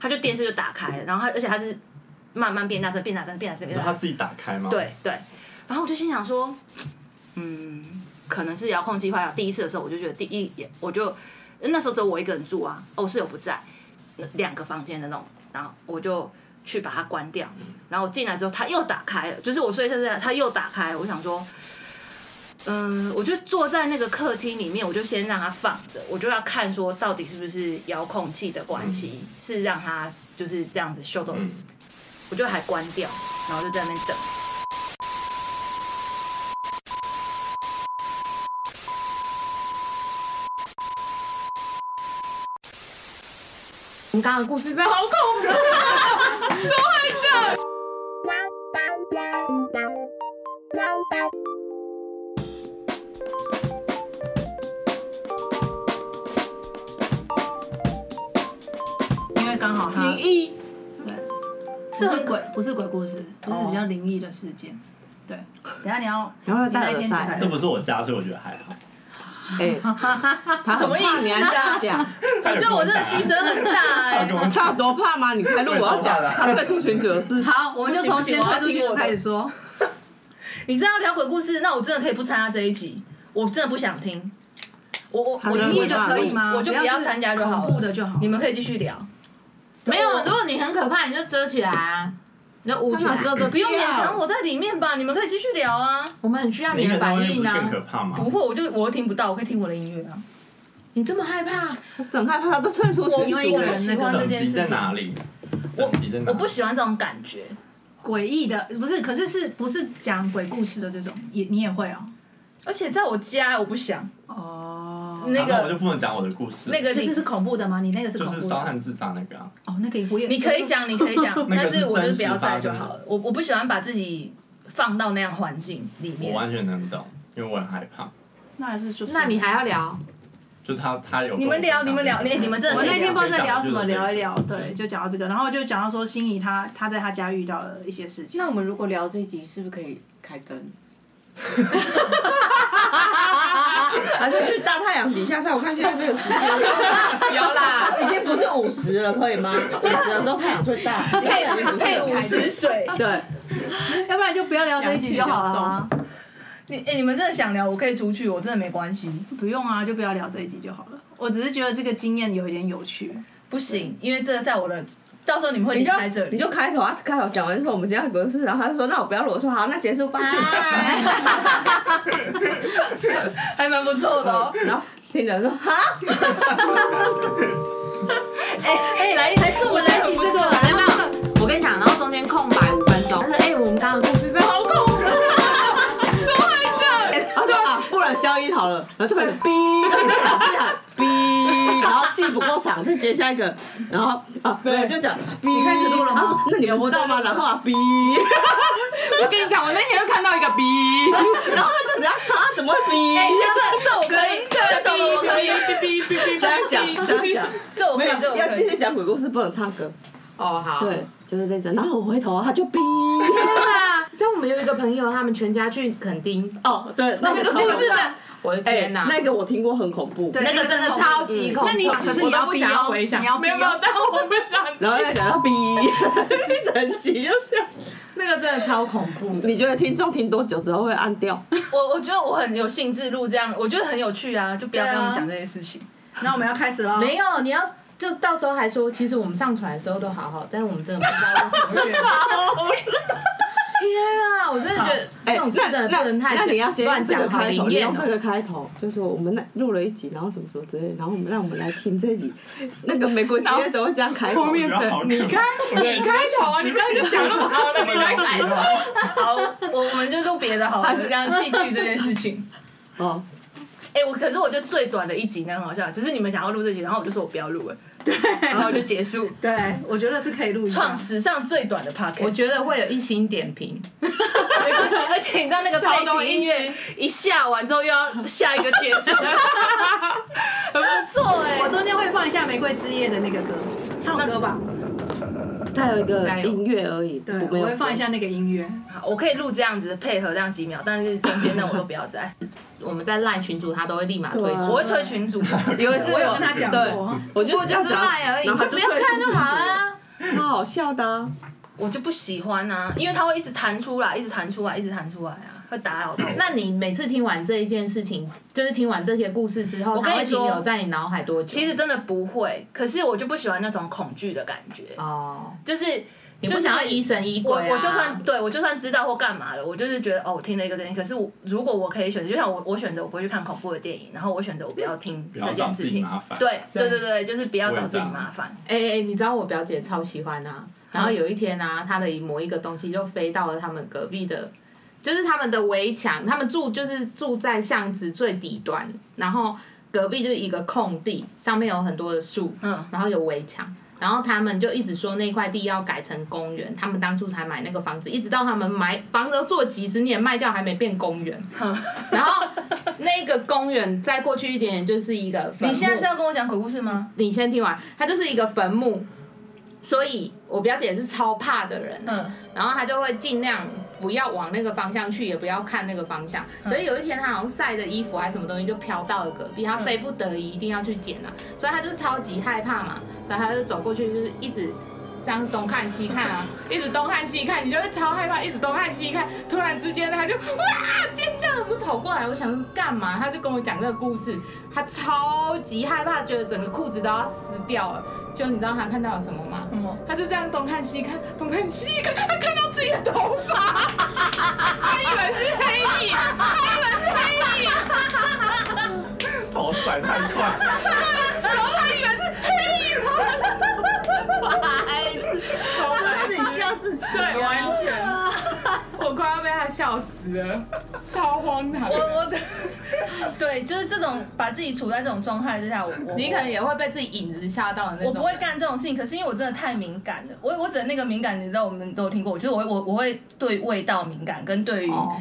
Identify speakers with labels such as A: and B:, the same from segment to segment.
A: 他就电视就打开了，然后他而且他是慢慢变大声，变大声，变大声，
B: 你
A: 变
B: 说
A: 大
B: 他
A: 声。
B: 自己打开吗？，
A: 对对，然后我就心想说，嗯，可能是遥控器坏了。第一次的时候，我就觉得第一眼我就那时候只有我一个人住啊，我室友不在，那两个房间的那种，然后我就去把它关掉。然后我进来之后，它又打开了，就是我睡睡睡，它又打开了。我想说。嗯，我就坐在那个客厅里面，我就先让它放着，我就要看说到底是不是遥控器的关系，是让它就是这样子秀动
B: 嗯，
A: 我就还关掉，然后就在那边等。
C: 我们刚刚的故事真的好恐怖、啊，怎么会这样？
D: 因为刚好它
C: 灵异，
D: 是很鬼，不是鬼故事，就是比较灵异的事件。对，等一下你要，
E: 然后
D: 你那
E: 戴
D: 一
E: 耳
D: 天
E: 塞，
B: 嗯这不是我家，所以我觉得还好。
E: 哎，他
C: 什
E: 很
C: 么意
E: 怕
C: 思
E: 你还这样讲，
B: 他有
C: 就我这个
B: 跟打
C: 牺牲很大
B: 他
C: 哎、
B: 有跟我
C: 欸。
B: 打
E: 他有多怕吗？你开路我要 讲他退出群组的事，
D: 好，我们就从先退出去开始说。
A: 你知道聊鬼故事，那我真的可以不参加这一集，我真的不想听。我我
E: 他
A: 我
E: 真的
A: 一
E: 不
D: 你就可以吗？
A: 我就
D: 不
A: 不要
D: 是
A: 参加就好了
D: 恐怖的就好。
A: 你们可以继续聊，
F: 没有，如果你很可怕，你就遮起来啊，你就捂
E: 他
F: 起
E: 哪
F: 来
E: 知。道这
A: 不用勉强我在里面吧。你们可以继续聊啊。
F: 我们很需要
B: 你
F: 你
B: 一个人在
F: 的反
B: 外面不
F: 应
B: 是更
F: 啊！
B: 可怕吗？
A: 不会，我就我又听不到，我可以听我的音乐啊。
F: 你这么害怕，
E: 整害怕他都退出群
D: 因为一
E: 组
D: 个
E: 了
D: 人。
A: 喜
D: 那
A: 欢啊这
B: 等
A: 件
B: 级
A: 事
B: 在
A: 情，
B: 哪里？等级在哪里？
A: 我不喜欢这种感觉。
D: 诡异的不是，可是是不是讲鬼故事的这种，也你也会哦。
A: 而且在我家，我不想
D: 哦，
A: 那
B: 啊我就
A: 个
B: 不能讲我的故事。
A: 那个
D: 就是
A: 你
D: 是恐怖的吗？你那个是
B: 就
D: 恐
B: 是
D: 怖
B: 烧
D: 的
B: 炭自杀那个啊，
D: 哦，那个我也
A: 你可以讲，你可以 讲，
B: 那个
A: 但
B: 是
A: 是我就是不要
B: 真实发
A: 在就
B: 生的
A: 好了。我我不喜欢把自己放到那样环境里
B: 我
A: 面。
B: 完全能懂，因为我很害怕。
D: 那还是就是
F: 那你还要聊？
B: 就他他有跟我
A: 你们聊，你们聊，你你们真的
D: 我
A: 可以
D: 那
A: 聊
D: 天不知道在聊什么，
B: 可以讲
D: 聊一聊，对，就讲到这个，然后就讲到说心仪她她在她家遇到的一些事情。
C: 那我们如果聊这一集，是不是可以开灯？
E: 还是去大太阳底下晒？我看现在这个时间有啦， 已经不是五十了，可以吗？五十的时候太阳最大，
A: 配配五十水。
E: 对，
D: 要不然就不要聊这一集就好了啊，
A: 你哎、你们真的想聊，我可以出去，我真的没关系。
D: 不用啊，就不要聊这一集就好了。我只是觉得这个经验有一点有趣，
A: 不行，因为这个在我的，到时候你们会离
E: 你就
A: 开这里。
E: 你就开头啊，开头讲完就说我们今天的鬼事，然后他就说那我不要了，我说好，那结束吧，
A: 还蛮不错的哦。
E: 然后听着说哈，
A: 哎、来，还是我来你这个。
F: 没有没有，我跟你讲，然后中间空白五分钟。但是哎，我们刚刚的故事真的好恐怖，
E: 他说啊，不然消音好了，然后就开始哔，这样哔，然后气不够长，就接下一个，然后啊，对，就讲哔，
D: 开始录了吗
E: 然后说那你们知道吗？然后啊哔，
F: 我跟你讲，我那天又看到一个 B，
E: 然后他就只要啊怎么会哔？
A: 哎这这我可以，这这我可以，
F: 哔哔哔哔，
E: 这样讲，这样讲。
A: 这我可
E: 没
A: 以
E: 有，，
A: 这我
E: 要
A: 可
E: 继
A: 以。
E: 续讲鬼故事，不能唱歌。
F: 哦好，
E: 对，就是类似。然后我回头啊，他就哔。
F: 啊，像我们有一个朋友，他们全家去垦丁，
E: 哦，对，那个
F: 故事的，我的
E: 哎，
F: 天哪，
E: 那个我听过，很恐怖。嗯
F: 那个真的超级恐怖。
C: 那你可是你要逼哦，你要逼
F: 没有没有
C: 哦，，
F: 但我不 想。
E: 然后再讲到 哔，一整集就这样。
D: 那个真的超恐怖。
E: 你觉得听众听多久之后会按掉？
A: 我我觉得我很有兴致录这样，我觉得很有趣啊，就不要跟他们讲这些事情。
D: 那我们要开始喽，
F: 没有，你要就到时候还说，其实我们上传的时候都好好，但是我们真的不知道为什么会觉得。天啊，我真的觉得这种事真的
E: 哎那
F: 不能太
E: 那你要先
F: 乱
E: 用这个
F: 讲，好
E: 开
F: 灵
E: 头，你
F: 验
E: 用这
F: 哦。
E: 个开头，就说我们那录了一集，然后什么什么之类，然后我们让我们来听这集。那个美国职业都会这样开头。
B: 我觉得好可怕你看你看，
F: 头啊，你刚刚就讲那么好了，你来来。
A: 好，我我们就录别的好了，这样戏剧这件事情。
E: 哦，
A: 哎、我可是我就最短的一集呢，很好笑，就是你们想要录这集，然后我就说我不要录了，然后我就结束，
D: 对，我觉得是可以录一下
A: 创史上最短的 p o c a
F: 我
A: s t
F: 觉得会有一星点评，
A: 没关系 而且你知道那个背景音乐一下完之后，又要下一个结 束，很不错哎、
D: 我中间会放一下《玫瑰之夜》的那个歌，它有歌吧？
E: 它有一个
F: 加油
E: 音乐而已，
D: 对，
E: 没有
D: 我会放一下那个音乐。
A: 好我可以录这样子配合这样几秒，但是中间那我都不要 在，
F: 我们在烂群组，他都会立马退
E: 对啊
F: 出。
A: 我会 退群组。
E: 有一次
D: 我有跟他讲过，
E: 我就要
F: 就
E: 讲
F: 赖而已，
E: 然后他
F: 就不
E: 退
F: 要
E: 出
F: 看就
E: 去
F: 好了啊。
E: 好笑的啊。
A: 我就不喜欢啊，因为它会一直弹出来，一直弹出来，一直弹出来啊，会打扰到我。
F: 那你每次听完这一件事情，就是听完这些故事之后，
A: 我跟
F: 它
A: 你
F: 会停
A: 说
F: 留在你脑海多久？
A: 其实真的不会，可是我就不喜欢那种恐惧的感觉，
F: 哦，
A: 就是
F: 你不想要疑神疑
A: 我
F: 鬼
A: 我
F: 啊
A: 就算对我就算知道或干嘛了，我就是觉得哦，我听了一个电影，可是我如果我可以选择，就像我我选择我不会去看恐怖的电影，然后我选择我不要听
B: 要
A: 这件事
B: 找自己
A: 情
B: 麻，烦
A: 对对对对，就是不要
B: 我也
A: 找自己
B: 这样
A: 麻烦。
F: 哎、哎、你知道我表姐超喜欢啊，然后有一天啊，她的某一个东西就飞到了他们隔壁的，就是他们的围墙，他们住就是住在巷子最底端，然后隔壁就是一个空地，上面有很多的树，
A: 嗯，
F: 然后有围墙。然后他们就一直说那块地要改成公园，他们当初才买那个房子，一直到他们买房子做几十年卖掉还没变公园。
A: 嗯
F: 然后那个公园再过去一点点就是一个坟
A: 你现在
F: 墓
A: 是要跟我讲鬼故事吗？
F: 你先听完，它就是一个坟墓，所以我表姐也是超怕的人，
A: 嗯，
F: 然后她就会尽量不要往那个方向去，也不要看那个方向。所以有一天她好像晒着衣服还是什么东西就飘到了隔壁，她非不得已一定要去捡啊，所以她就是超级害怕嘛，然后她就走过去就是一直。这样东看西看啊，一直东看西看，你就会超害怕，一直东看西看。突然之间，她就哇尖叫，我就跑过来，我想说干嘛？她就跟我讲这个故事，她超级害怕，觉得整个裤子都要撕掉了。就你知道她看到了什么吗？
A: 什么？
F: 他就这样东看西看，东看西看，他看到自己的头发，他以为是黑影，他以为是黑影，
B: 头甩太快，
F: 然后他以为是黑影，
E: 白痴，自己笑自己。
F: 对，完全，我快要被他笑死了，超荒唐
A: 我。我 对，就是这种把自己处在这种状态之下，我我
F: 你可能也会被自己影子吓到的那种。
A: 我不会干这种事情，可是因为我真的太敏感了，我我指的那个敏感，你知道我们都有听过，我觉得我会我我会对味道敏感，跟对于
F: 哦，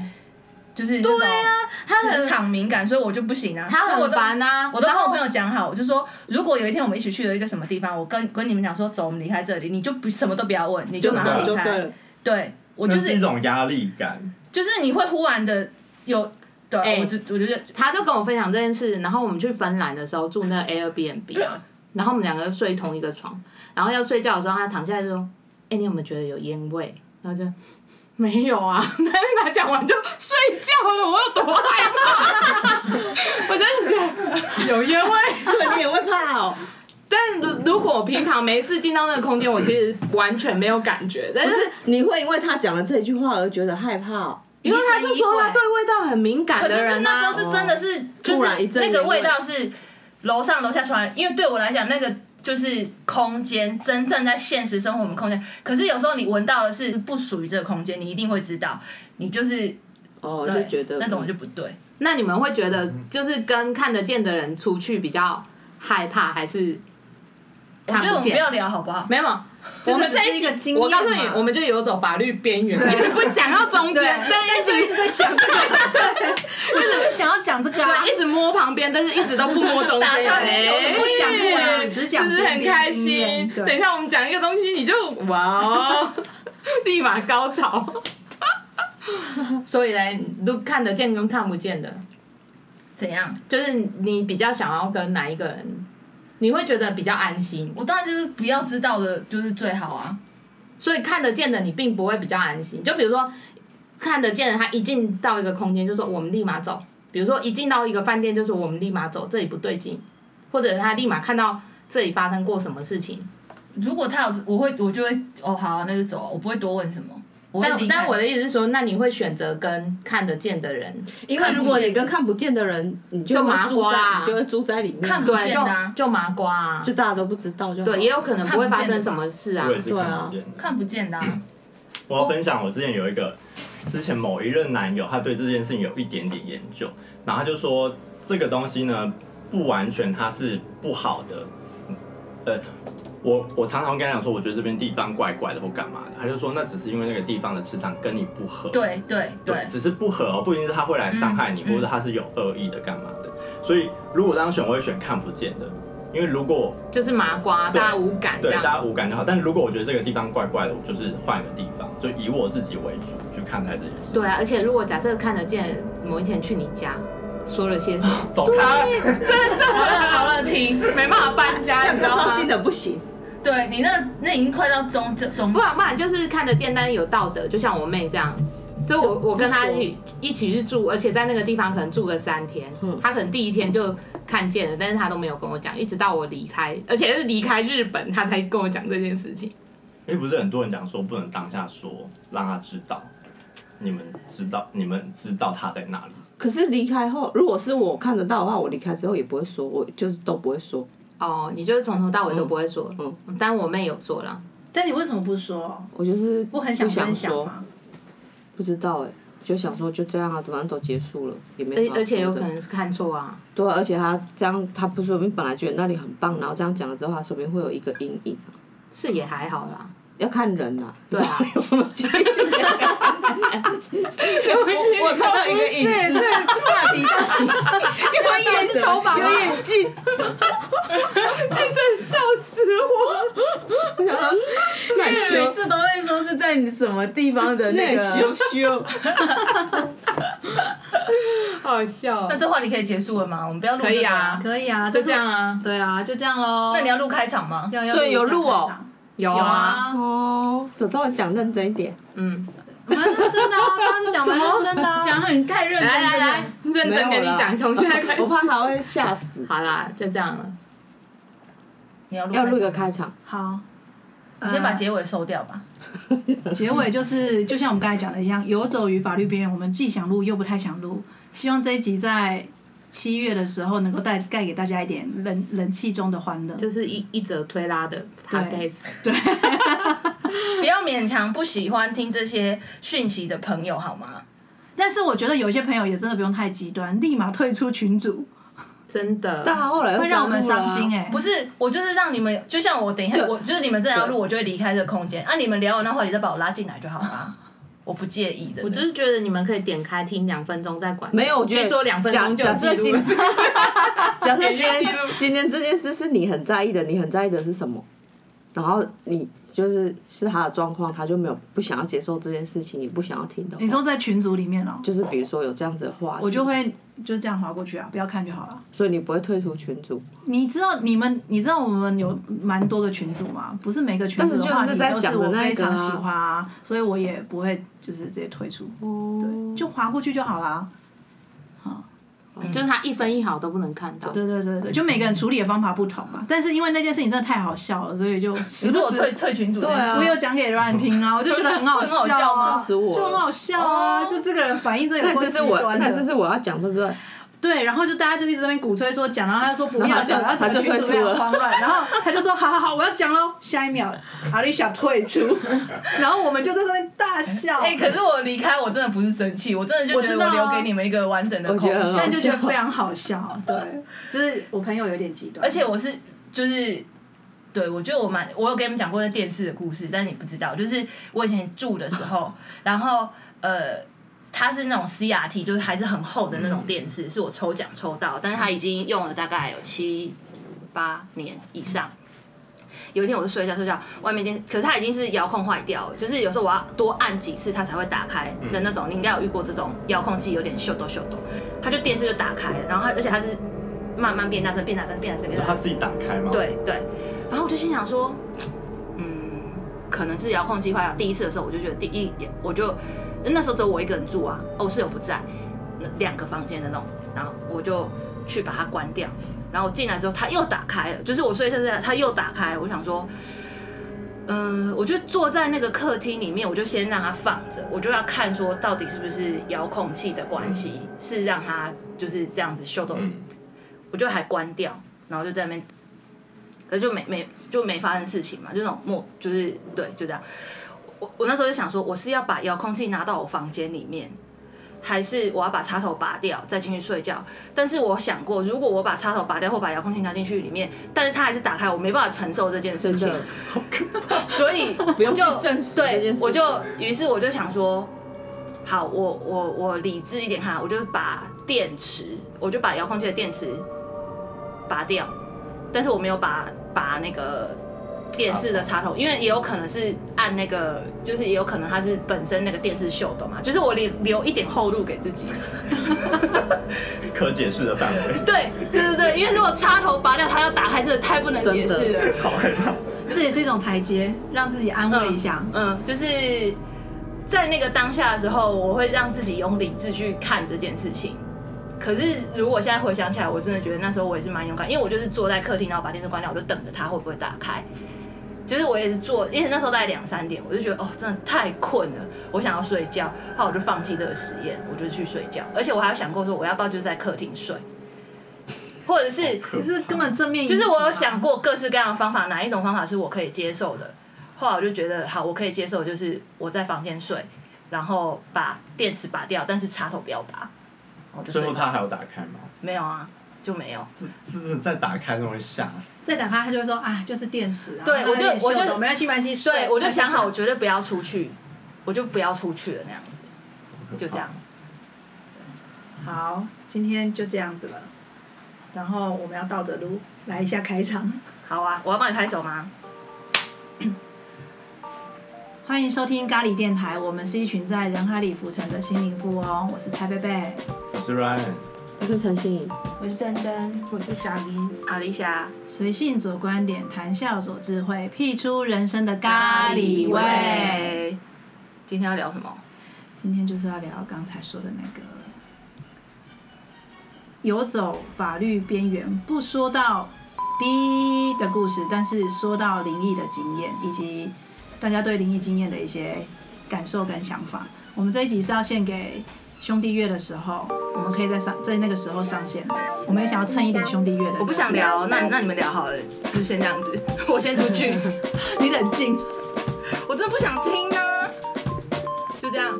A: 就是对啊，
F: 他
A: 磁
F: 很
A: 场敏感，所以我就不行啊，
F: 他
A: 所以我
F: 很
A: 都
F: 烦啊，
A: 我都跟
F: 然
A: 我
F: 后
A: 朋友讲好，我就说，如果有一天我们一起去了一个什么地方，我跟跟你们讲说，走，我们离开这里，你就不什么都不要问，你就马上
E: 就
A: 离
E: 对
A: 开
E: 了。。
A: 对，我就
B: 那是一
A: 是
B: 种压力感。
A: 就是你会忽然的有，
F: 哎
A: 对，啊我就我就觉得
F: 他就跟我分享这件事，然后我们去芬兰的时候住那个 Airbnb，然后啊我们两个睡同一个床，然后要睡觉的时候，他躺下来就说：“哎、你有没有觉得有烟味？”然后就没有啊， 但是他讲完就睡觉了，我有多害怕？我真的觉得有烟味。
E: 所以你也会怕哦？
F: 但如如果我平常没事进到那个空间，我其实完全没有感觉，但
E: 不
F: 是
E: 是，你会因为他讲了这句话而觉得害怕哦？
F: 因为他就说他对味道很敏感
A: 可
F: 的
A: 是
F: 人、啊，
A: 是那时候是真的是，就
E: 突然一
A: 是
E: 阵
A: 那个
E: 烟味
A: 味道是楼上楼下传来，因为对我来讲，那个就是空间，真正在现实生活我们空间。可是有时候你闻到的是不属于这个空间，你一定会知道，你就是
E: 哦，
A: 我
E: 就觉得
A: 那种就不对。
F: 那你们会觉得就是跟看得见的人出去比较害怕，还是
A: 我
F: 看
A: 觉得我们
F: 不
A: 不
F: 见？
A: 要聊好不好？
F: 没有， 我们这一
D: 个
F: 集
D: 经验
F: 我告诉你
D: 嘛，
F: 我们就游走法律边 缘，一直啊不讲到中间，但一
D: 就一
F: 直
D: 直在讲这个，对，我只是想要讲这个啊，
F: 对一直摸旁边，但是一直都不摸中间，
D: 打擦边球
F: 哎
D: 不讲故事只讲
F: 就是很开
D: 边边
F: 心
D: 经。验对
F: 等一下我们讲一个东西，你就哇哦，立马高潮。所以嘞，都看得见跟看不见的。
A: 怎样？
F: 就是你比较想要跟哪一个人，你会觉得比较安心，
A: 我当然就是不要知道的，就是最好啊。
F: 所以看得见的你并不会比较安心。就比如说，看得见的他一进到一个空间就说我们立马走，比如说一进到一个饭店就说我们立马走，这里不对劲，或者是他立马看到这里发生过什么事情。
A: 如果他有，我会我就会哦好、啊，那就走啊、我不会多问什么。我会
F: 但
A: 离
F: 但
A: 开
F: 我的意思是说，那你会选择跟看得见的人，
E: 因为如果你跟看不见的人，你就
F: 就
E: 会
F: 麻
E: 住
F: 瓜
E: 在
F: 啊
E: 你就会住在里面，
A: 看不
F: 对，
A: 见
F: 就
A: 的啊
F: 就麻瓜、啊，
E: 就大家都不知道就好
F: 对，也有可能不会发
A: 看
F: 生
A: 不见的
F: 什么事啊
B: 我。也是看不
E: 对
B: 见的。
A: 看不见的、啊，
B: 我要分享我之前有一个之前某一任男友，他对这件事情有一点点研究，然后他就说这个东西呢不完全它是不好的，呃，我我常常跟他讲说，我觉得这边地方怪怪的或干嘛的，他就说那只是因为那个地方的磁场跟你不合，
A: 对对对，
B: 只是不合哦，不一定是他会来伤害你，
A: 嗯
B: 或者他是有恶意的干嘛的，所以如果当选我会选看不见的，因为如果
F: 就是麻瓜，
B: 对
F: 大家无感这
B: 对，
F: 样
B: 大。家无感就好。但如果我觉得这个地方怪怪的，我就是换个地方，就以我自己为主去看待这件事。
F: 对啊，而且如果假设看得见，某一天去你家说了些 什么，
B: 走开！
F: 真的好了好了，停，没办法搬家，
E: 要
F: 你知
E: 跟
F: 道
E: 靠
F: 吗
E: 近？的不行，
A: 对你那那已经快到中中中
F: 不然不然就是看得见，但是有道德，就像我妹这样。就我我跟她去一起去住，而且在那个地方可能住个三天，她可能第一天就看见了，但是她都没有跟我讲，一直到我离开，而且是离开日本，她才跟我讲这件事情。
B: 因为不是很多人讲说不能当下说，让他知道，你们知道，你们知道他在哪里。
E: 可是离开后，如果是我看得到的话，我离开之后也不会说，我就是都不会说。
F: 哦，你就是从头到尾都不会说，
E: 嗯
F: 但我妹有说了，
D: 但你为什么不说？
E: 我就是
D: 不很想分享
E: 说，
D: 吗？
E: 不知道哎、就想说就这样啊，反正都结束了，也没什么好
F: 而而且有
E: 说
F: 可
E: 的
F: 能是看错啊。
E: 对啊，而且他这样，他不说明本来觉得那里很棒，然后这样讲了之后，他说明会有一个阴影啊，
F: 是也还好啦，
E: 要看人啦、
F: 对啊
E: 有没有经验我看到一个影子，大题大题，我以为是头发，有眼镜，哎你真的笑死我！我想
C: 每
E: 说，
C: 次都会说是在你什么地方的那
E: 那
C: 个
E: 羞那羞羞，
F: 好笑
A: 那这话你可以结束了吗？我们不要录、
F: 可以啊，
D: 可以啊，
F: 就
D: 就
F: 这样。啊，
D: 对啊，就这样喽。
A: 那你要录开场吗？
D: 要要
E: 所以有录
D: 一下
E: 哦
D: 开场
F: 有
D: 有
F: 啊，
D: 啊，
E: 哦，走到讲认真一点，
F: 嗯，
D: 蛮认真的啊，刚刚 讲蛮认真的啊，
C: 讲很太认真
F: 来来来
C: 了。，
F: 认真
E: 没有
F: 跟你
E: 啦
F: 讲，从现在开始
E: 我。怕他会吓死。
F: 好啦，就这样了。
A: 你要录
E: 要录一个
A: 开场
E: 开场，
D: 好。
A: 吗，
D: 嗯
E: 呃
A: 你先把 结尾收掉吧。
D: 结尾就是就像我们刚才讲的一样，游走于法律边缘，我们既想录又不太想录。希望这一集在七月的时候能够带带给大家一点人人气中的欢乐。
F: 就是一一则推拉的 podcast，
A: 不要勉强不喜欢听这些讯息的朋友好吗？
D: 但是我觉得有一些朋友也真的不用太极端，立马退出群组
F: 真
E: 但
F: 的。
E: 他后来又
D: 会让我们
E: 招募了
D: 伤
E: 啊
D: 心哎、
A: 不是，我就是让你们，就像我等一下，
E: 对
A: 我就是你们真的要录，我就会离开这个空间。啊，你们聊完那话题再把我拉进来就好啦，我不介意的。
F: 我就是觉得你们可以点开听两分钟再管。
E: 没有，我觉得
F: 据说两分
E: 假
F: 钟就有
E: 假设
F: 记
E: 今
F: 录了
E: 假设今
F: 有记
E: 天
F: 录
E: 今天这件事是你很在意的，你很在意的是什么？然后你就是是他的状况，他就没有不想要接受这件事情，也不想要听的话。
D: 你说在群组里面哦、
E: 就是比如说有这样子的话，
D: 我就，会就这样划过去啊，不要看就好了。
E: 所以你不会退出群组，
D: 你知道你们你知道我们有蛮多个群组吗？不是每个群组
E: 但是就
D: 话
E: 是
D: 题
E: 在
D: 都
E: 讲
D: 是
E: 的
D: 我
E: 那
D: 非
E: 个
D: 常
E: 啊
D: 喜欢啊，所以我也不会就是直接退出，
E: 哦
D: 对，就划过去就好啦。
F: 就是他一分一毫都不能看到。
D: 对对对对，就每个人处理的方法不同嘛。但是因为那件事情真的太好笑了，所以就时
A: 只是
D: 不
A: 我退
D: 时
A: 退群主，对
E: 啊
D: 我有讲给 Ryan 听啊，我就觉得很好
A: 很好
D: 笑
A: 笑
D: 啊，
A: 吗
E: 吓死我了哦
D: 就很好笑啊，就这个人反应真的
E: 那
D: 有
E: 次
D: 够
E: 是
D: 极
E: 我，
D: 端
E: 那次
D: 的。
E: 是我要讲，对不对？
D: 对，然后就大家就一直在那边鼓吹说讲，然后他就说不 要讲，然
E: 然后
D: 后
E: 他
D: 整
E: 就
D: 个群
E: 他就
D: 组
E: 退
D: 非
E: 出了
D: 常慌乱，然后他就说好好好，我要讲喽。下一秒， 阿丽想退出，然后我们就在这边大笑。
A: 哎、可是我离开，我真的不是生气，我真的就觉
D: 我
A: 得
D: 知道
A: 我
D: 啊
A: 留给你们一个完整的
E: 我
A: 空
E: 觉得很好
D: 但
A: 间，
D: 就觉得非常好笑，对，就是我朋友有点极端，
A: 而且我是就是。对，我觉得我蛮，我有跟你们讲过那电视的故事，但你不知道，就是我以前住的时候，然后呃，它是那种 CRT，就是还是很厚的那种电视，是我抽奖抽到，但是它已经用了大概有七八年以上。有一天我就睡觉睡觉，外面电，可是它已经是遥控坏掉了，就是有时候我要多按几次它才会打开的那种。你应该有遇过这种遥控器有点秀逗秀逗，它就电视就打开了，然后它而且它是慢慢变大声变大声变大声变
B: 是
A: 大
B: 他
A: 声，
B: 自己打开吗？，
A: 对对。然后我就心想说，嗯，可能是遥控器坏掉。第一次的时候我就觉得第一，我就那时候只有我一个人住啊，哦，我室友不在，那两个房间的那种，然后我就去把它关掉。然后我进来之后，它又打开了，就是我睡睡睡，它又打开。我想说，嗯、我就坐在那个客厅里面，我就先让它放着，我就要看说到底是不是遥控器的关系，是让它就是这样子秀动
B: 嗯，
A: 我就还关掉，然后就在那边，可是就没没就没发生事情嘛，就那种默就是对就这样。我我那时候就想说，我是要把遥控器拿到我房间里面，还是我要把插头拔掉再进去睡觉？但是我想过，如果我把插头拔掉或把遥控器拿进去里面，但是它还是打开，我没办法承受这件事
E: 真
A: 情，
E: 的，
A: 所以
E: 不用
A: 就
E: 去证实这件
A: 对
E: 事，情
A: 我就于是我就想说，好，我我我理智一点哈，我就把电池，我就把遥控器的电池拔掉，但是我没有把把那个电视的插头，因为也有可能是按那个，就是也有可能它是本身那个电视秀的嘛，就是我留留一点后路给自己。
B: 可解释的范围。
A: 对对对对，因为如果插头拔掉，它要打开，真的太不能解释了。
B: 好害怕，
D: 这也是一种台阶，让自己安慰一下。
A: 嗯，就是在那个当下的时候，我会让自己用理智去看这件事情。可是如果现在回想起来，我真的觉得那时候我也是蛮勇敢，因为我就是坐在客厅，然后把电视关掉，我就等着它会不会打开。就是我也是坐，因为那时候大概两三点，我就觉得哦，真的太困了，我想要睡觉，后来我就放弃这个实验，我就去睡觉。而且我还有想过说，我要不要就是在客厅睡，或者是
B: 可
D: 可是根本正面迎击
A: 就
D: 嘛，
A: 是我有想过各式各样的方法，哪一种方法是我可以接受的。后来我就觉得，好，我可以接受，就是我在房间睡，然后把电池拔掉，但是插头不要拔。我就
B: 最
A: 睡
B: 后
A: 着
B: 他还有打开吗？
A: 没有啊，就没有。
B: 这这是再打开都会吓死。
D: 再打开，他就会说啊，就是电池啊。
A: 对我就
D: 哎
A: 我就
D: 秀逗没关系，没关系。睡
A: 对，我就想好，
D: 还
A: 我
D: 是
A: 绝对不要出去，我就不要出去了那样子，就这样。
D: 这样好，今天就这样子了。然后我们要倒着撸，来一下开场。
A: 好啊，我要帮你拍手吗？
D: 欢迎收听咖喱电台，我们是一群在人海里浮沉的心灵富翁。我是蔡贝贝，
B: 我是 Ryan，
E: 我是陈欣怡，
C: 我是珍珍，
F: 我是小黎，
A: 阿丽莎，
D: 随性左观点，谈笑所智慧，辟出人生的咖喱味。
A: 喂，哎今天要聊什么？
D: 今天就是要聊刚才说的那个，游走法律边缘，不说到 B 的故事，但是说到灵异的经验，以及大家对灵异经验的一些感受跟想法。我们这一集是要献给兄弟月的时候，我们可以在上在那个时候上线。我们也想要蹭一点兄弟月的热度。
A: 我不想聊，那那你们聊好了，就先这样子，我先出去，
D: 你冷静。
A: 啊我真的不想听呢、就这样。